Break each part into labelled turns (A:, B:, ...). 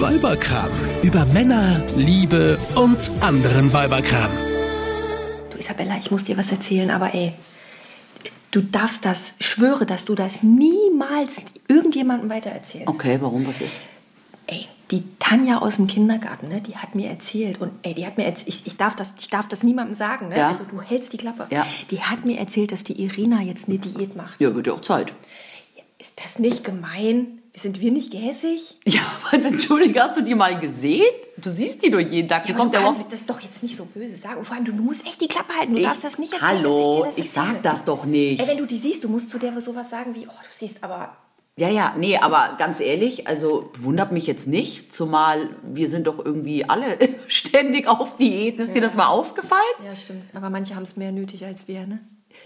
A: Weiberkram. Über Männer, Liebe und anderen Weiberkram.
B: Du Isabella, ich muss dir was erzählen, aber ey, du darfst das, schwöre, dass du das niemals irgendjemandem weitererzählst.
C: Okay, warum? Was ist?
B: Ey, die Tanja aus dem Kindergarten, ne, die hat mir erzählt und ey, die hat mir erzählt, ich, ich darf das, ich darf das niemandem sagen, ne?
C: Ja.
B: Also du hältst die Klappe.
C: Ja.
B: Die hat mir erzählt, dass die Irina jetzt eine Diät macht.
C: Ja, wird ja auch Zeit.
B: Ist das nicht gemein? Sind wir nicht gehässig?
C: Ja, aber entschuldige, hast du die mal gesehen? Du siehst die doch jeden Tag.
B: Ja,
C: die
B: aber
C: kommt
B: du
C: ja
B: kannst
C: auch.
B: das doch jetzt nicht so böse sagen. Und vor allem, du musst echt die Klappe halten. Du
C: Ich-
B: darfst das nicht erzählen.
C: Hallo,
B: dass
C: ich sag
B: erzähle.
C: das doch nicht.
B: Ey, wenn du die siehst, du musst zu der sowas sagen wie, oh, du siehst aber...
C: Ja, ja, nee, aber ganz ehrlich, also wundert mich jetzt nicht, zumal wir sind doch irgendwie alle ständig auf Diät. Ist dir das mal aufgefallen?
B: Ja, stimmt. Aber manche haben es mehr nötig als wir, ne?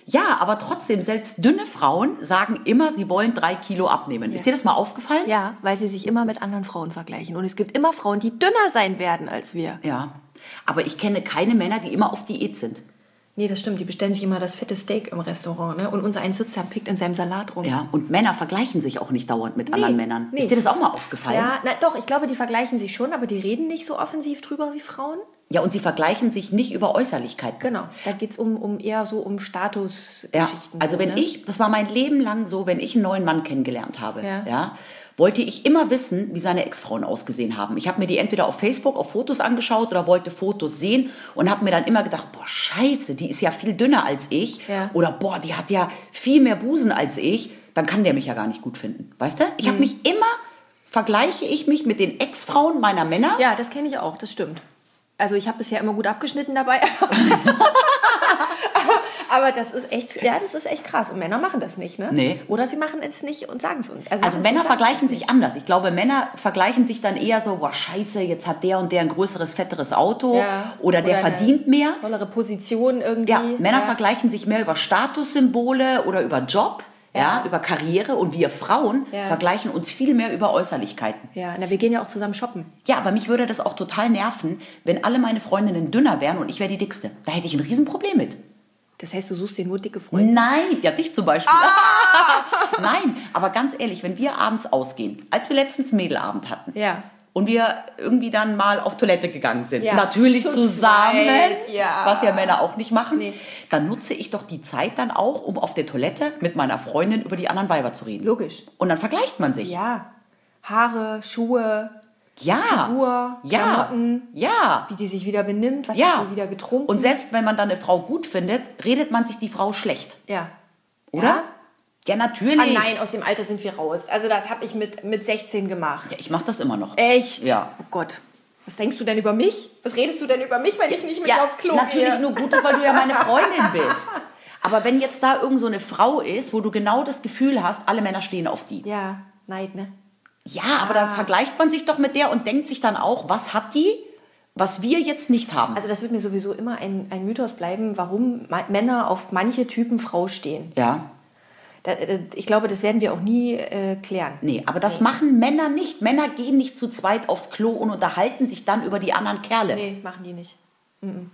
C: Ja, aber trotzdem, selbst dünne Frauen sagen immer, sie wollen drei Kilo abnehmen. Ist dir das mal aufgefallen?
B: Ja, weil sie sich immer mit anderen Frauen vergleichen. Und es gibt immer Frauen, die dünner sein werden als wir.
C: Ja. Aber ich kenne keine Männer, die immer auf Diät sind.
B: Nee, das stimmt. Die bestellen sich immer das fette Steak im Restaurant, ne? Und unser eins sitzt da und pickt in seinem Salat rum.
C: Ja. Und Männer vergleichen sich auch nicht dauernd mit anderen Männern.
B: nee.
C: Ist dir das auch mal aufgefallen?
B: Ja, na, doch, ich glaube, die vergleichen sich schon, aber die reden nicht so offensiv drüber wie Frauen.
C: Ja, und sie vergleichen sich nicht über Äußerlichkeiten.
B: Genau, da geht es um, um eher so um
C: Ja,
B: Statusgeschichten.
C: also
B: so,
C: wenn
B: ne?
C: ich, das war mein Leben lang so, wenn ich einen neuen Mann kennengelernt habe,
B: Ja.
C: ja, wollte ich immer wissen, wie seine Ex-Frauen ausgesehen haben. Ich habe mir die entweder auf Facebook auf Fotos angeschaut oder wollte Fotos sehen und habe mir dann immer gedacht, boah, scheiße, die ist ja viel dünner als ich
B: Ja.
C: oder boah, die hat ja viel mehr Busen als ich, dann kann der mich ja gar nicht gut finden. Weißt du? Ich
B: Mhm.
C: habe mich immer vergleiche ich mich mit den Ex-Frauen meiner Männer.
B: Ja, das kenne ich auch, das stimmt. Also ich habe bisher immer gut abgeschnitten dabei. aber, aber das ist echt, ja, das ist echt krass. Und Männer machen das nicht, ne?
C: Nee.
B: Oder sie machen es nicht und sagen es uns.
C: Also
B: machen es
C: Männer
B: und sagen es
C: vergleichen
B: uns
C: sich
B: nicht.
C: anders. Ich glaube, Männer vergleichen sich dann eher so, boah, scheiße, jetzt hat der und der ein größeres, fetteres Auto
B: Ja.
C: oder der
B: eine
C: verdient mehr.
B: Tollere Position irgendwie.
C: Ja, Männer vergleichen sich mehr über Statussymbole oder über Job, ja, über Karriere und wir Frauen
B: Ja.
C: vergleichen uns viel mehr über Äußerlichkeiten.
B: Ja, na, wir gehen ja auch zusammen shoppen.
C: Ja, aber mich würde das auch total nerven, wenn alle meine Freundinnen dünner wären und ich wäre die dickste. Da hätte ich ein Riesenproblem mit.
B: Das heißt, du suchst dir nur dicke Freunde.
C: Nein, ja, dich zum Beispiel.
B: Ah!
C: Nein, aber ganz ehrlich, wenn wir abends ausgehen, als wir letztens Mädelabend hatten
B: Ja.
C: und wir irgendwie dann mal auf Toilette gegangen sind,
B: Ja.
C: natürlich
B: Zu
C: zusammen,
B: zweit, ja.
C: was ja Männer auch nicht machen,
B: Nee.
C: dann nutze ich doch die Zeit dann auch, um auf der Toilette mit meiner Freundin über die anderen Weiber zu reden.
B: Logisch.
C: Und dann vergleicht man sich.
B: Ja. Haare, Schuhe,
C: ja.
B: Figur,
C: ja.
B: Klamotten.
C: Ja.
B: wie die sich wieder benimmt, was hat
C: Ja.
B: die wieder getrunken.
C: Und selbst wenn man dann eine Frau gut findet, redet man sich die Frau schlecht,
B: ja.
C: oder? Ja, natürlich.
B: Ah, nein, aus dem Alter sind wir raus. Also das habe ich mit, mit 16 gemacht.
C: Ja, ich mache das immer noch.
B: Echt?
C: Ja.
B: Oh Gott. Was denkst du denn über mich? Was redest du denn über mich, wenn ich nicht mit dir aufs Klo
C: natürlich
B: gehe?
C: nur Gute, weil du ja meine Freundin bist. Aber wenn jetzt da irgend so eine Frau ist, wo du genau das Gefühl hast, alle Männer stehen auf die.
B: Ja, Neid, ne?
C: Ja, aber
B: Ah.
C: dann vergleicht man sich doch mit der und denkt sich dann auch, was hat die, was wir jetzt nicht haben.
B: Also das wird mir sowieso immer ein, ein Mythos bleiben, warum ma- Männer auf manche Typen Frau stehen.
C: ja.
B: Da, äh, ich glaube, das werden wir auch nie äh, klären.
C: Nee, aber das machen Männer nicht. Männer gehen nicht zu zweit aufs Klo und unterhalten sich dann über die anderen Kerle.
B: Nee, machen die nicht. Mhm.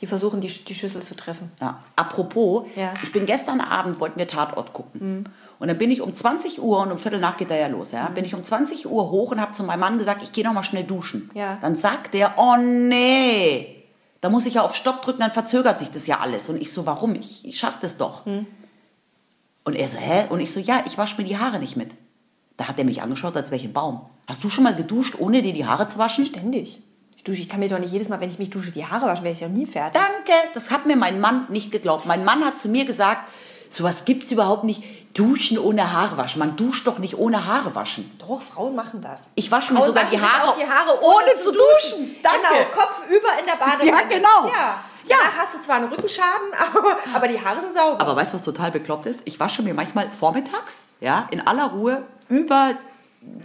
B: Die versuchen, die, Sch- die Schüssel zu treffen.
C: Ja. Apropos,
B: Ja.
C: ich bin gestern Abend, wollten wir Tatort gucken. Und dann bin ich um 20 Uhr und um Viertel nach geht er ja los. Ja? Bin ich um 20 Uhr hoch und habe zu meinem Mann gesagt, ich gehe noch mal schnell duschen.
B: Ja.
C: Dann sagt er, oh nee, da muss ich ja auf Stopp drücken, dann verzögert sich das ja alles. Und ich so, warum? Ich, ich schaff das doch.
B: Hm.
C: Und er so, hä? Und ich so, ja, ich wasche mir die Haare nicht mit. Da hat er mich angeschaut, als wäre ich ein Baum. Hast du schon mal geduscht, ohne dir die Haare zu waschen?
B: Ständig. Ich, dusche, ich kann mir doch nicht jedes Mal, wenn ich mich dusche, die Haare waschen, wäre ich ja nie fertig.
C: Danke, das hat mir mein Mann nicht geglaubt. Mein Mann hat zu mir gesagt, sowas gibt's überhaupt nicht. Duschen ohne Haare waschen. Man duscht doch nicht ohne Haare waschen.
B: Doch, Frauen machen das.
C: Ich wasche mir
B: Frauen
C: sogar
B: waschen
C: die
B: sich
C: Haare,
B: auch die Haare ohne zu duschen.
C: Danke.
B: Genau, Kopf über in der Badewanne.
C: Ja, genau.
B: Ja.
C: Ja.
B: Danach hast du zwar einen Rückenschaden, aber, aber die Haare sind sauber.
C: Aber weißt du, was total bekloppt ist? Ich wasche mir manchmal vormittags, ja, in aller Ruhe über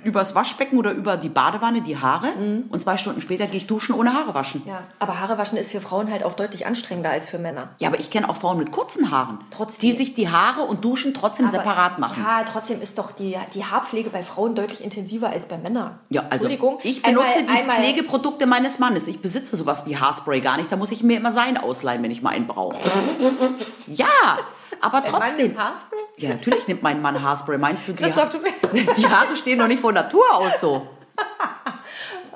C: übers Waschbecken oder über die Badewanne die Haare und zwei Stunden später gehe ich duschen ohne Haare waschen. Ja,
B: ja. aber Haare waschen ist für Frauen halt auch deutlich anstrengender als für Männer.
C: aber ich kenne auch Frauen mit kurzen Haaren,
B: Trotzdem.
C: die sich die Haare und Duschen trotzdem separat machen.
B: Ja, trotzdem ist doch die, die Haarpflege bei Frauen deutlich intensiver als bei Männern.
C: Ja, also
B: Entschuldigung.
C: ich benutze
B: einmal,
C: die
B: einmal,
C: Pflegeprodukte meines Mannes. Ich besitze sowas wie Haarspray gar nicht. Da muss ich mir immer sein ausleihen, wenn ich mal einen brauche. ja, aber
B: Dein Mann
C: trotzdem.
B: nimmt Haarspray?
C: Ja, natürlich nimmt mein Mann Haarspray. Meinst du, die,
B: Christoph, du bist-
C: die Haare stehen doch nicht von Natur aus so.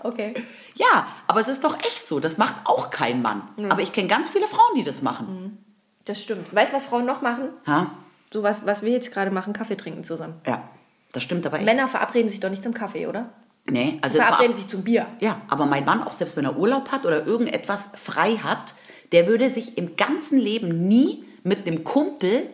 B: Okay.
C: Ja, aber es ist doch echt so. Das macht auch kein Mann.
B: Hm.
C: Aber ich kenne ganz viele Frauen, die das machen.
B: Das stimmt. Weißt du, was Frauen noch machen?
C: Ha?
B: So was, was wir jetzt gerade machen, Kaffee trinken zusammen.
C: Ja, das stimmt aber echt.
B: Männer verabreden sich doch nicht zum Kaffee, oder?
C: nee, also jetzt mal
B: Verabreden
C: ab-
B: sich zum Bier.
C: Ja, aber mein Mann, auch selbst wenn er Urlaub hat oder irgendetwas frei hat, der würde sich im ganzen Leben nie mit einem Kumpel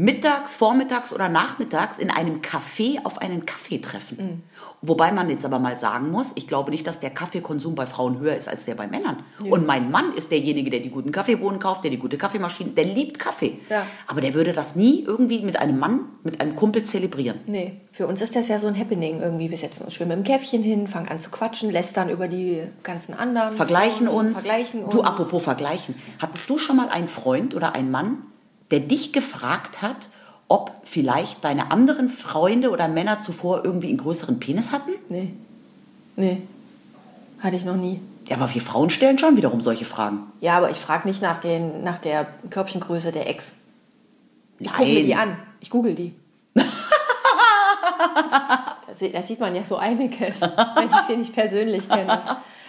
C: mittags, vormittags oder nachmittags in einem Café auf einen Kaffee treffen. Wobei man jetzt aber mal sagen muss, ich glaube nicht, dass der Kaffeekonsum bei Frauen höher ist als der bei Männern. Und mein Mann ist derjenige, der die guten Kaffeebohnen kauft, der die gute Kaffeemaschine, der liebt Kaffee.
B: Ja.
C: Aber der würde das nie irgendwie mit einem Mann, mit einem Kumpel zelebrieren.
B: Nee, für uns ist das ja so ein Happening irgendwie. Wir setzen uns schön mit dem Käffchen hin, fangen an zu quatschen, lästern über die ganzen anderen.
C: vergleichen
B: Frauen,
C: uns.
B: Vergleichen uns.
C: Du, apropos vergleichen. Hattest du schon mal einen Freund oder einen Mann, der dich gefragt hat, ob vielleicht deine anderen Freunde oder Männer zuvor irgendwie einen größeren Penis hatten?
B: Nee. Nee. Hatte ich noch nie.
C: Ja, aber wir Frauen stellen schon wiederum solche Fragen.
B: Ja, aber ich frage nicht nach, den, nach der Körbchengröße der Ex. Ich gucke mir die an. Ich google die. da, se- da sieht man ja so einiges, wenn ich sie nicht persönlich kenne.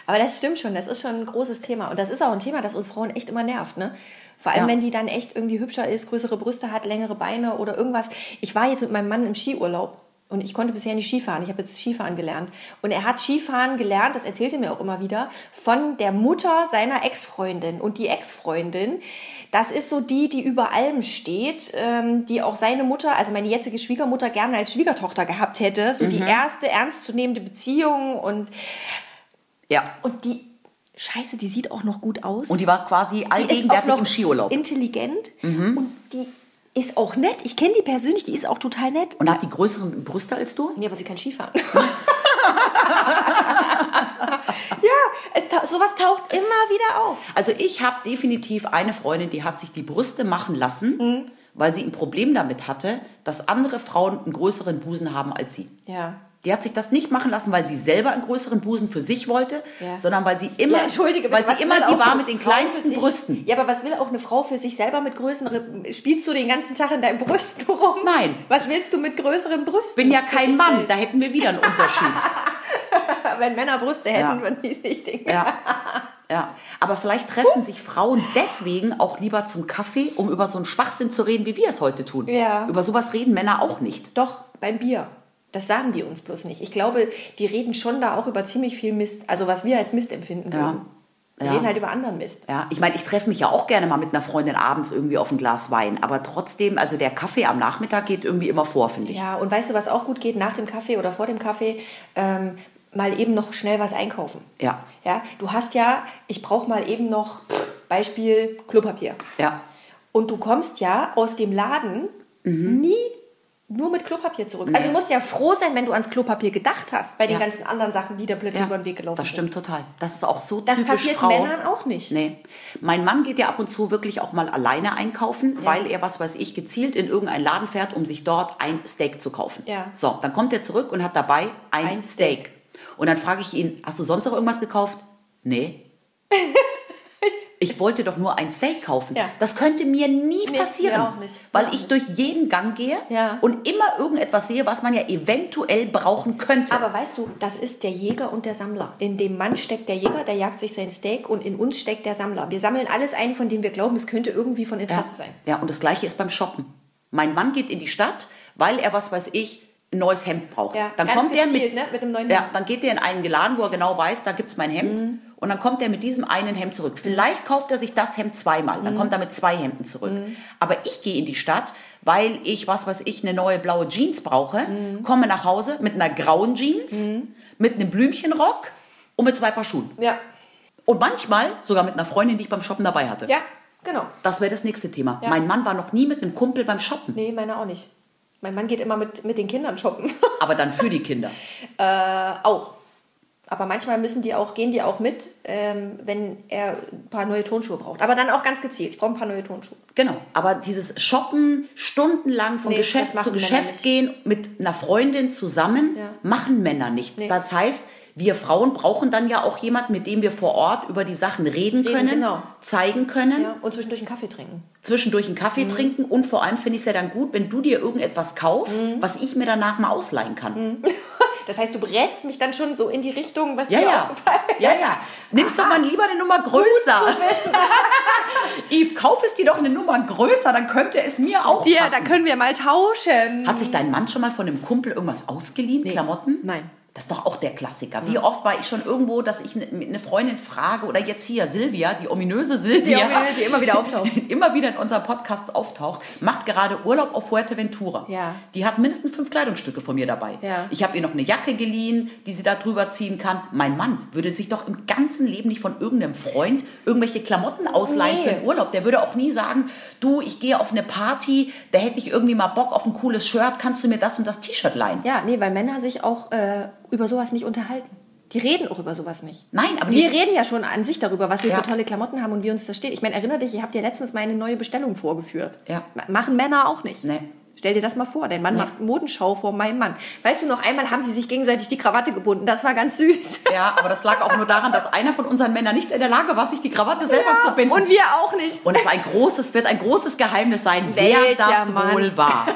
B: Aber das stimmt schon, das ist schon ein großes Thema. Und das ist auch ein Thema, das uns Frauen echt immer nervt. Ne? Vor allem,
C: Ja.
B: wenn die dann echt irgendwie hübscher ist, größere Brüste hat, längere Beine oder irgendwas. Ich war jetzt mit meinem Mann im Skiurlaub und ich konnte bisher nicht Skifahren. Ich habe jetzt Skifahren gelernt. Und er hat Skifahren gelernt, das erzählt er mir auch immer wieder, von der Mutter seiner Ex-Freundin. Und die Ex-Freundin, das ist so die, die über allem steht, ähm, die auch seine Mutter, also meine jetzige Schwiegermutter, gerne als Schwiegertochter gehabt hätte. So
C: Mhm.
B: die erste ernstzunehmende Beziehung und,
C: Ja.
B: und die Scheiße, die sieht auch noch gut aus.
C: Und die war quasi
B: Die ist auch
C: allgegenwärtig
B: noch
C: im Skiurlaub. Mhm.
B: intelligent und die ist auch nett. Ich kenne die persönlich, die ist auch total nett.
C: Und hat die größeren Brüste als du?
B: Nee, aber sie kann Skifahren. ja, es ta sowas taucht immer wieder auf.
C: Also ich habe definitiv eine Freundin, die hat sich die Brüste machen lassen,
B: Mhm.
C: weil sie ein Problem damit hatte, dass andere Frauen einen größeren Busen haben als sie.
B: Ja.
C: Die hat sich das nicht machen lassen, weil sie selber einen größeren Busen für sich wollte,
B: Ja.
C: sondern weil sie immer,
B: ja, entschuldige,
C: weil
B: bitte, was
C: sie immer
B: will
C: die
B: auch
C: war
B: eine
C: mit den
B: Frau für
C: kleinsten
B: sich-
C: Brüsten.
B: Ja, aber was will auch eine Frau für sich selber mit größeren? Spielst du den ganzen Tag in deinen Brüsten rum?
C: Nein.
B: Was willst du mit größeren Brüsten?
C: Bin ja kein Mann, da hätten wir wieder einen Unterschied.
B: Wenn Männer Brüste hätten,
C: Ja.
B: würden die es nicht denken.
C: ja. Ja. Aber vielleicht treffen sich Frauen deswegen auch lieber zum Kaffee, um über so einen Schwachsinn zu reden, wie wir es heute tun.
B: Ja.
C: Über sowas reden Männer auch nicht.
B: Doch, beim Bier. Das sagen die uns bloß nicht. Ich glaube, die reden schon da auch über ziemlich viel Mist. Also was wir als Mist empfinden würden. Die
C: Ja.
B: reden halt über anderen Mist.
C: Ja, ich meine, ich treffe mich ja auch gerne mal mit einer Freundin abends irgendwie auf ein Glas Wein, aber trotzdem, also der Kaffee am Nachmittag geht irgendwie immer vor, finde ich.
B: Ja, und weißt du, was auch gut geht nach dem Kaffee oder vor dem Kaffee? Ähm, mal eben noch schnell was einkaufen.
C: Ja.
B: Ja, du hast ja, ich brauche mal eben noch, Beispiel, Klopapier.
C: Ja.
B: Und du kommst ja aus dem Laden
C: Mhm.
B: nie nur mit Klopapier zurück. Also du musst ja froh sein, wenn du ans Klopapier gedacht hast, bei den
C: Ja.
B: ganzen anderen Sachen, die da plötzlich
C: Ja,
B: über den Weg gelaufen
C: das
B: sind.
C: stimmt total. Das ist auch so
B: Das
C: typisch
B: passiert
C: Frau.
B: Männern auch nicht.
C: Nee. Mein Mann geht ja ab und zu wirklich auch mal alleine einkaufen, weil er, was weiß ich, gezielt in irgendeinen Laden fährt, um sich dort ein Steak zu kaufen.
B: Ja.
C: So, dann kommt er zurück und hat dabei ein,
B: Ein
C: Steak. Und dann frage ich ihn, hast du sonst noch irgendwas gekauft? Nee. Ich wollte doch nur ein Steak kaufen.
B: Ja.
C: Das könnte mir nie
B: Nee,
C: passieren,
B: mir auch nicht.
C: weil
B: Mir auch
C: ich
B: nicht.
C: durch jeden Gang gehe
B: Ja.
C: und immer irgendetwas sehe, was man ja eventuell brauchen könnte.
B: Aber weißt du, das ist der Jäger und der Sammler. In dem Mann steckt der Jäger, der jagt sich sein Steak und in uns steckt der Sammler. Wir sammeln alles ein, von dem wir glauben, es könnte irgendwie von Interesse sein.
C: Ja, und das Gleiche ist beim Shoppen. Mein Mann geht in die Stadt, weil er, was weiß ich, ein neues Hemd braucht.
B: Ja,
C: dann
B: ganz
C: kommt
B: gezielt,
C: er
B: ne,
C: mit,
B: mit einem neuen
C: ja,
B: Hemd. Mhm.
C: dann geht er in einen Laden, wo er genau weiß, da gibt's mein Hemd. Und dann kommt er mit diesem einen Hemd zurück. Vielleicht kauft er sich das Hemd zweimal,
B: Mhm.
C: dann kommt er mit zwei Hemden zurück. Aber ich gehe in die Stadt, weil ich, was weiß ich, eine neue blaue Jeans brauche,
B: Mhm.
C: komme nach Hause mit einer grauen Jeans, mit einem Blümchenrock und mit zwei Paar Schuhen.
B: Ja.
C: Und manchmal sogar mit einer Freundin, die ich beim Shoppen dabei hatte.
B: Ja, genau.
C: Das wäre das nächste Thema.
B: Ja.
C: Mein Mann war noch nie mit einem Kumpel beim Shoppen,
B: Nee, meine auch nicht. Mein Mann geht immer mit, mit den Kindern shoppen.
C: aber dann für die Kinder.
B: auch. Aber manchmal müssen die auch, gehen die auch mit, ähm, wenn er ein paar neue Tonschuhe braucht. Aber dann auch ganz gezielt. Ich brauche ein paar neue Tonschuhe.
C: Genau. Aber dieses Shoppen stundenlang von
B: Nee,
C: Geschäft
B: das machen
C: zu
B: Männer
C: Geschäft
B: nicht.
C: gehen mit einer Freundin zusammen,
B: Ja.
C: machen Männer nicht.
B: Nee.
C: Das heißt, wir Frauen brauchen dann ja auch jemanden, mit dem wir vor Ort über die Sachen reden,
B: Reden,
C: können,
B: genau.
C: zeigen können,
B: Ja, Mhm. und zwischendurch einen Kaffee trinken.
C: zwischendurch einen Kaffee trinken und vor allem finde ich es ja dann gut, wenn du dir irgendetwas kaufst,
B: Mhm.
C: was ich mir danach mal ausleihen kann.
B: Das heißt, du brätst mich dann schon so in die Richtung, was
C: Ja,
B: dir
C: ja.
B: aufgefallen ist.
C: Ja, ja. Nimm's doch mal lieber eine Nummer größer. Yves, kauf es dir doch eine Nummer größer, dann könnte es mir auch
B: Dir,
C: passen.
B: da können wir mal tauschen.
C: Hat sich dein Mann schon mal von einem Kumpel irgendwas ausgeliehen? Klamotten?
B: Nein.
C: Das ist doch auch der Klassiker. Wie oft war ich schon irgendwo, dass ich ne- mit eine Freundin frage oder jetzt hier Silvia, die ominöse Silvia,
B: Die ominöse, die immer wieder auftaucht.
C: immer wieder in unserem Podcast auftaucht, macht gerade Urlaub auf Fuerteventura.
B: Ja.
C: Die hat mindestens fünf Kleidungsstücke von mir dabei.
B: Ja.
C: Ich habe ihr noch eine Jacke geliehen, die sie da drüber ziehen kann. Mein Mann würde sich doch im ganzen Leben nicht von irgendeinem Freund irgendwelche Klamotten ausleihen
B: Nee.
C: für den Urlaub. Der würde auch nie sagen, du, ich gehe auf eine Party, da hätte ich irgendwie mal Bock auf ein cooles Shirt, kannst du mir das und das T-Shirt leihen?
B: Ja, nee, weil Männer sich auch äh, über sowas nicht unterhalten. Die reden auch über sowas nicht.
C: Nein, aber die-
B: wir reden ja schon an sich darüber, was wir
C: Ja.
B: für tolle Klamotten haben und wie uns das steht. Ich meine, erinnere dich, ich habe dir letztens meine neue Bestellung vorgeführt.
C: Ja.
B: Ma- Machen Männer auch nicht.
C: Nee.
B: Stell dir das mal vor, dein Mann macht Modenschau vor meinem Mann. Weißt du, noch einmal haben sie sich gegenseitig die Krawatte gebunden. Das war ganz süß.
C: Ja, aber das lag auch nur daran, dass einer von unseren Männern nicht in der Lage war, sich die Krawatte selber zu binden.
B: und wir auch nicht.
C: Und es war ein großes, wird ein großes Geheimnis sein, wer
B: Welcher
C: das
B: Mann?
C: wohl war.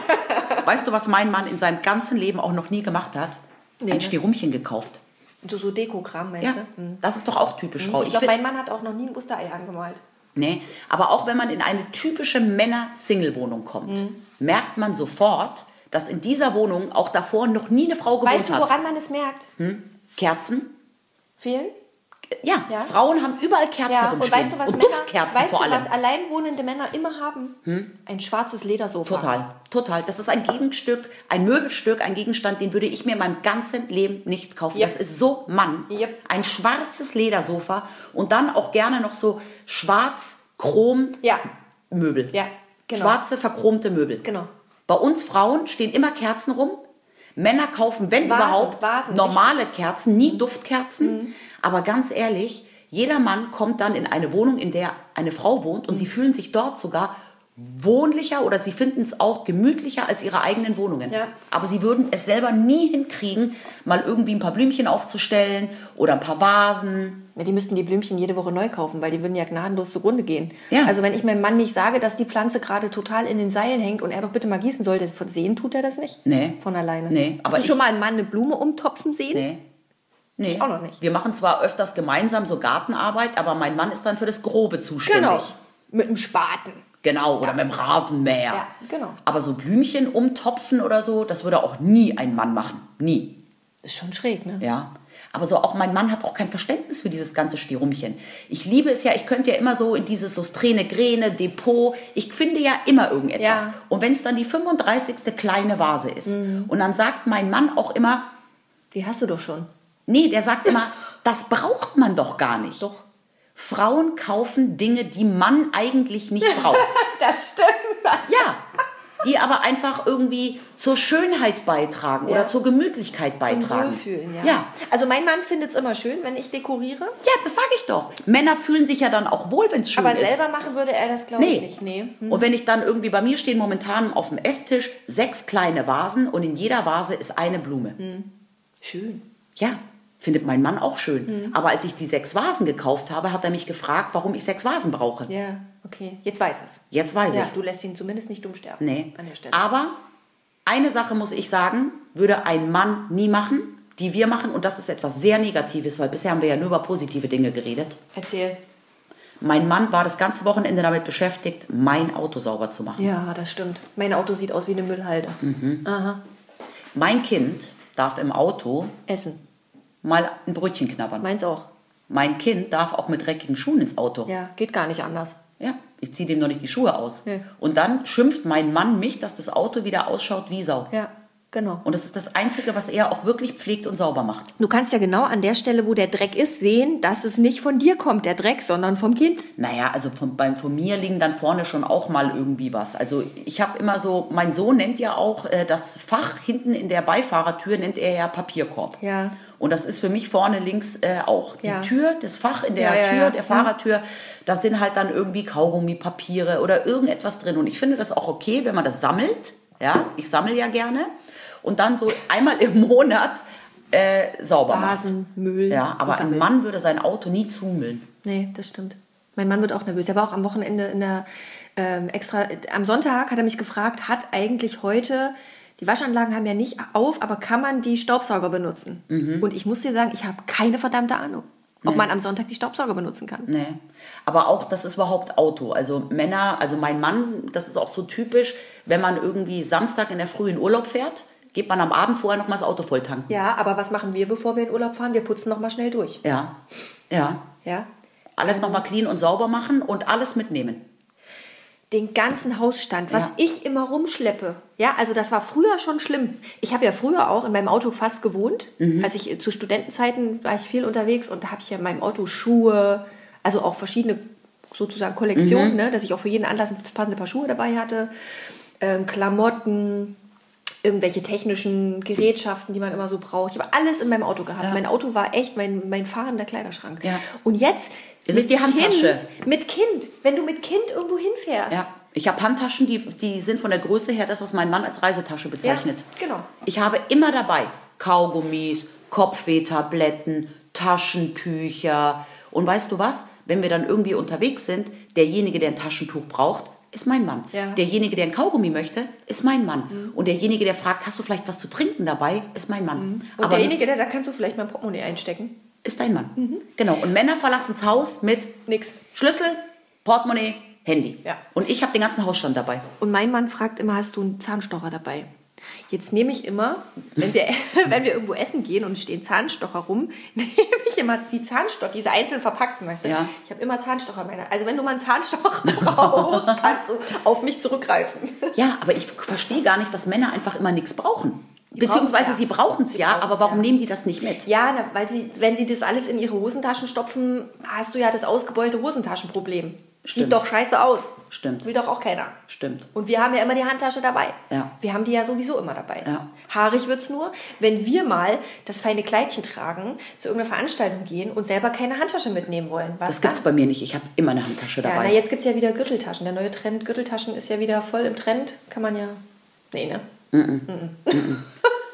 C: Weißt du, was mein Mann in seinem ganzen Leben auch noch nie gemacht hat?
B: Nee,
C: ein
B: ne?
C: Stirumchen gekauft.
B: So, so Dekokram, meinst
C: Ja,
B: du? Hm.
C: das ist doch auch typisch Frau.
B: Ich glaube,
C: find-
B: mein Mann hat auch noch nie ein Osterei angemalt.
C: Nee, Ne? aber auch wenn man in eine typische Männer-Single-Wohnung kommt,
B: Mhm.
C: merkt man sofort, dass in dieser Wohnung auch davor noch nie eine Frau gewohnt
B: Weißt du,
C: hat. Hm.
B: woran man es merkt?
C: Kerzen? Äh,
B: Fehlen?
C: Ja,
B: Ja.
C: Frauen haben überall Kerzen
B: Ja, und
C: rumstehen.
B: weißt du, was
C: und
B: Männer,
C: Duftkerzen
B: weißt
C: vor
B: du,
C: allem. Hm?
B: was alleinwohnende Männer immer haben? Ein schwarzes Ledersofa.
C: Total, total. Das ist ein Gegenstück, ein Möbelstück, ein Gegenstand, den würde ich mir in meinem ganzen Leben nicht kaufen.
B: Yep.
C: Das ist so Mann.
B: Yep.
C: Ein schwarzes Ledersofa und dann auch gerne noch so schwarz-chrom-Möbel.
B: Ja, Ja, genau.
C: Schwarze, verchromte Möbel.
B: Genau.
C: Bei uns Frauen stehen immer Kerzen rum. Männer kaufen, wenn
B: Vasen,
C: überhaupt,
B: Vasen,
C: normale Kerzen, nie Duftkerzen.
B: Mhm.
C: Aber ganz ehrlich, jeder Mann kommt dann in eine Wohnung, in der eine Frau wohnt
B: Mhm.
C: und sie fühlen sich dort sogar wohnlicher oder sie finden es auch gemütlicher als ihre eigenen Wohnungen.
B: Ja.
C: Aber sie würden es selber nie hinkriegen, mal irgendwie ein paar Blümchen aufzustellen oder ein paar Vasen.
B: Na, die müssten die Blümchen jede Woche neu kaufen, weil die würden ja gnadenlos zugrunde gehen.
C: Ja.
B: Also wenn ich meinem Mann nicht sage, dass die Pflanze gerade total in den Seilen hängt und er doch bitte mal gießen sollte, von sehen tut er das nicht.
C: Nee.
B: Von alleine.
C: Nee, aber
B: Hast du schon
C: ich-
B: mal einen Mann eine Blume umtopfen sehen?
C: Nee. Nee.
B: Ich auch noch nicht.
C: Wir machen zwar öfters gemeinsam so Gartenarbeit, aber mein Mann ist dann für das Grobe zuständig.
B: Genau. Mit einem Spaten.
C: Genau, oder mit dem Rasenmäher.
B: Ja, genau.
C: Aber so Blümchen umtopfen oder so, das würde auch nie ein Mann machen. Nie.
B: Ist schon schräg, ne?
C: Ja. Aber so auch mein Mann hat auch kein Verständnis für dieses ganze Stirumchen. Ich liebe es ja, ich könnte ja immer so in dieses so Strähne, Gräne, Depot. Ich finde ja immer irgendetwas.
B: Ja. Mhm.
C: Und wenn es dann die 35. kleine Vase ist und dann sagt mein Mann auch immer,
B: Die hast du doch schon.
C: Nee, der sagt immer, das braucht man doch gar nicht.
B: Doch.
C: Frauen kaufen Dinge, die man eigentlich nicht braucht.
B: Das stimmt.
C: ja. Die aber einfach irgendwie zur Schönheit beitragen
B: Ja.
C: oder zur Gemütlichkeit beitragen.
B: Wohlfühlen, ja.
C: ja.
B: Also mein Mann findet es immer schön, wenn ich dekoriere.
C: Ja, das sage ich doch. Männer fühlen sich ja dann auch wohl, wenn es schön
B: Aber
C: ist.
B: selber machen würde er das, glaube ich,
C: Nee.
B: nicht. Nee. Hm.
C: Und wenn ich dann irgendwie bei mir stehen momentan auf dem Esstisch sechs kleine Vasen und in jeder Vase ist eine Blume.
B: Schön.
C: Ja, findet mein Mann auch schön.
B: Mhm.
C: Aber als ich die sechs Vasen gekauft habe, hat er mich gefragt, warum ich sechs Vasen brauche.
B: Ja, okay. Jetzt weiß es.
C: Jetzt weiß
B: Ja, Ah.
C: ich's.
B: Also du lässt ihn zumindest nicht dumm sterben.
C: Nee.
B: An der Stelle.
C: Aber eine Sache muss ich sagen, würde ein Mann nie machen, die wir machen, und das ist etwas sehr Negatives, weil bisher haben wir ja nur über positive Dinge geredet.
B: Erzähl.
C: Mein Mann war das ganze Wochenende damit beschäftigt, mein Auto sauber zu machen.
B: Ja, das stimmt. Mein Auto sieht aus wie eine Müllhalde. Aha.
C: Mein Kind darf im Auto
B: Essen.
C: mal ein Brötchen knabbern. Mein,
B: Meins auch.
C: Kind darf auch mit dreckigen Schuhen ins Auto.
B: Ja, geht gar nicht anders.
C: Ja, ich ziehe dem noch nicht die Schuhe aus.
B: Nee.
C: Und dann schimpft mein Mann mich, dass das Auto wieder ausschaut wie Sau.
B: Ja, genau.
C: Und das ist das Einzige, was er auch wirklich pflegt und sauber macht.
B: Du kannst ja genau an der Stelle, wo der Dreck ist, sehen, dass es nicht von dir kommt, der Dreck, sondern vom Kind.
C: Naja, also von, beim, von mir liegen dann vorne schon auch mal irgendwie was. Also ich habe immer so, mein Sohn nennt ja auch äh, das Fach hinten in der Beifahrertür, nennt er ja Papierkorb.
B: Ja.
C: Und das ist für mich vorne links äh, auch. Die
B: Ja.
C: Tür, das Fach in der
B: Ja, ja,
C: Tür,
B: ja. Mhm.
C: der Fahrertür, da sind halt dann irgendwie Kaugummi, Papiere oder irgendetwas drin. Und ich finde das auch okay, wenn man das sammelt. Ja, ich sammle ja gerne. Und dann so einmal im Monat äh, sauber
B: Rasen,
C: macht.
B: Müll,
C: Ja, aber
B: was
C: ein
B: alles.
C: Mann würde sein Auto nie zumüllen.
B: Nee, das stimmt. Mein Mann wird auch nervös. Der war auch am Wochenende in der ähm, extra. Am Sonntag hat er mich gefragt, hat eigentlich heute. Die Waschanlagen haben ja nicht auf, aber kann man die Staubsauger benutzen? Und ich muss dir sagen, ich habe keine verdammte Ahnung, ob man am Sonntag die Staubsauger benutzen kann.
C: Nee. Ne. Aber auch, das ist überhaupt Auto. Also Männer, also mein Mann, das ist auch so typisch, wenn man irgendwie Samstag in der Früh in Urlaub fährt, geht man am Abend vorher nochmal das Auto voll tanken.
B: Ja, aber was machen wir, bevor wir in Urlaub fahren? Wir putzen nochmal schnell durch.
C: Ja. Ja.
B: Ja?
C: Alles nochmal clean und sauber machen und alles mitnehmen.
B: den ganzen Hausstand, was
C: Ja.
B: ich immer rumschleppe. Ja, also das war früher schon schlimm. Ich habe ja früher auch in meinem Auto fast gewohnt.
C: Mhm.
B: Als ich äh, zu Studentenzeiten war ich viel unterwegs und da habe ich ja in meinem Auto Schuhe, also auch verschiedene sozusagen Kollektionen,
C: Mhm.
B: ne, dass ich auch für jeden Anlass ein passende Paar Schuhe dabei hatte, ähm, Klamotten, irgendwelche technischen Gerätschaften, die man immer so braucht. Ich habe alles in meinem Auto gehabt. Mein Auto war echt mein, mein fahrender Kleiderschrank.
C: Ja.
B: Und jetzt
C: Es ist die Handtasche.
B: Kind, mit Kind, wenn du mit Kind irgendwo hinfährst.
C: Ja. Ich habe Handtaschen, die, die sind von der Größe her das, was mein Mann als Reisetasche bezeichnet.
B: Ja, genau.
C: Ich habe immer dabei Kaugummis, Kopfwehtabletten, Taschentücher. Und weißt du was? Wenn wir dann irgendwie unterwegs sind, derjenige, der ein Taschentuch braucht, ist mein Mann.
B: Ja. Mhm.
C: Derjenige, der ein Kaugummi möchte, ist mein Mann. Und derjenige, der fragt, hast du vielleicht was zu trinken dabei, ist mein Mann.
B: Mhm. Und derjenige, der sagt, kannst du vielleicht mein Portemonnaie einstecken?
C: ist dein Mann. Genau. Und Männer verlassen das Haus mit
B: Nix.
C: Schlüssel, Portemonnaie, Handy.
B: Ja.
C: Und ich habe den ganzen Hausstand dabei.
B: Und mein Mann fragt immer, hast du einen Zahnstocher dabei? Jetzt nehme ich immer, wenn wir, wenn wir irgendwo essen gehen und es stehen Zahnstocher rum, nehme ich immer die Zahnstocher, diese einzeln verpackten, weißt du?
C: Ja.
B: Ich habe immer Zahnstocher meiner. Also wenn du mal einen Zahnstocher brauchst, kannst du auf mich zurückgreifen.
C: Ja, aber ich verstehe gar nicht, dass Männer einfach immer nichts brauchen.
B: brauchen's
C: Beziehungsweise
B: ja.
C: sie brauchen es
B: Sie
C: ja,
B: brauchen's
C: aber warum
B: ja.
C: nehmen die das nicht mit?
B: Ja, na, weil sie, wenn sie das alles in ihre Hosentaschen stopfen, hast du ja das ausgebeulte Hosentaschenproblem.
C: Stimmt.
B: Sieht doch scheiße aus.
C: Stimmt.
B: Will doch auch keiner.
C: Stimmt.
B: Und wir haben ja immer die Handtasche dabei.
C: Ja.
B: Wir haben die ja sowieso immer dabei.
C: Ja.
B: Haarig wird es nur, wenn wir mal das feine Kleidchen tragen, zu irgendeiner Veranstaltung gehen und selber keine Handtasche mitnehmen wollen. Was
C: Das gibt's
B: dann?
C: bei mir nicht. Ich habe immer eine Handtasche
B: Ja,
C: dabei.
B: na, jetzt gibt es ja wieder Gürteltaschen. Der neue Trend Gürteltaschen ist ja wieder voll im Trend. Kann man ja. Nee, ne?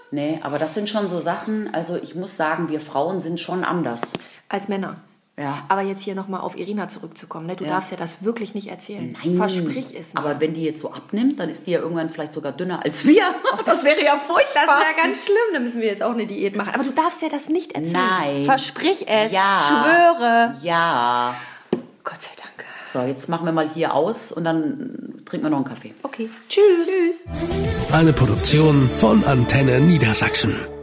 C: nee, aber das sind schon so Sachen. Also ich muss sagen, wir Frauen sind schon anders.
B: Als Männer.
C: Ja.
B: Aber jetzt hier nochmal auf Irina zurückzukommen. Ne? Du darfst ja das wirklich nicht erzählen.
C: Nein.
B: Versprich es mir.
C: Hm. Aber wenn die jetzt so abnimmt, dann ist die ja irgendwann vielleicht sogar dünner als wir. das wäre ja furchtbar.
B: Das wäre ganz schlimm, dann müssen wir jetzt auch eine Diät machen. Aber du darfst ja das nicht erzählen.
C: Nein.
B: Versprich es.
C: Ja.
B: Schwöre.
C: Ja.
B: Gott sei Dank.
C: So, jetzt machen wir mal hier aus und dann trinken wir noch einen Kaffee.
B: Okay. Tschüss. Tschüss.
A: Eine Produktion von Antenne Niedersachsen.